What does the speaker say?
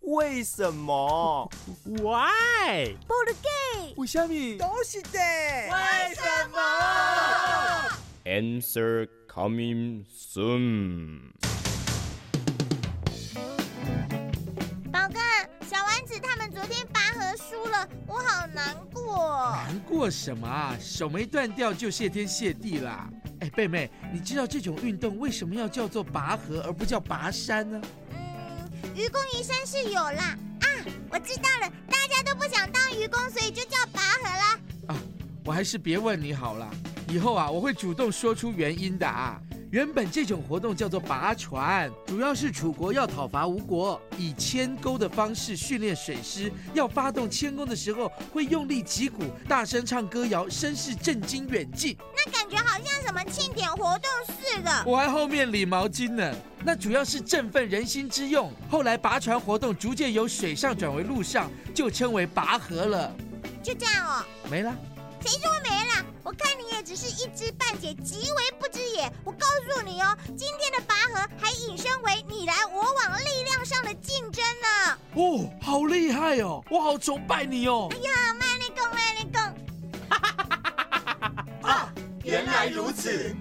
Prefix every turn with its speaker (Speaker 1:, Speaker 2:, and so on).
Speaker 1: 为什么？
Speaker 2: Why？
Speaker 3: 不如给
Speaker 1: 为什么
Speaker 4: 都是的。
Speaker 1: 为什么？
Speaker 5: Answer coming soon。
Speaker 3: 宝哥、小丸子他们昨天拔河输了，我好难过。
Speaker 6: 难过什么啊？手没断掉就谢天谢地啦！哎，贝妹，你知道这种运动为什么要叫做拔河而不叫拔山呢？
Speaker 3: 嗯，愚公移山是有啦啊，我知道了，大家都不想当愚公，所以就叫拔河啦。
Speaker 6: 我还是别问你好了，以后啊我会主动说出原因的啊。原本这种活动叫做拔船，主要是楚国要讨伐吴国，以牵钩的方式训练水师。要发动牵钩的时候，会用力击鼓，大声唱歌谣，声势震惊远近。
Speaker 3: 那感觉好像什么庆典活动似的。
Speaker 6: 我还后面理毛巾呢。那主要是振奋人心之用。后来拔船活动逐渐由水上转为陆上，就称为拔河了。
Speaker 3: 就这样哦，
Speaker 6: 没了。
Speaker 3: 谁说没啦？我看你也只是一知半解，极为不知也。我告诉你哦，今天的拔河还引申为你来我往力量上的竞争呢。
Speaker 6: 哦，好厉害哦！我好崇拜你哦。
Speaker 3: 呀，卖力更卖力更，
Speaker 1: 原来如此。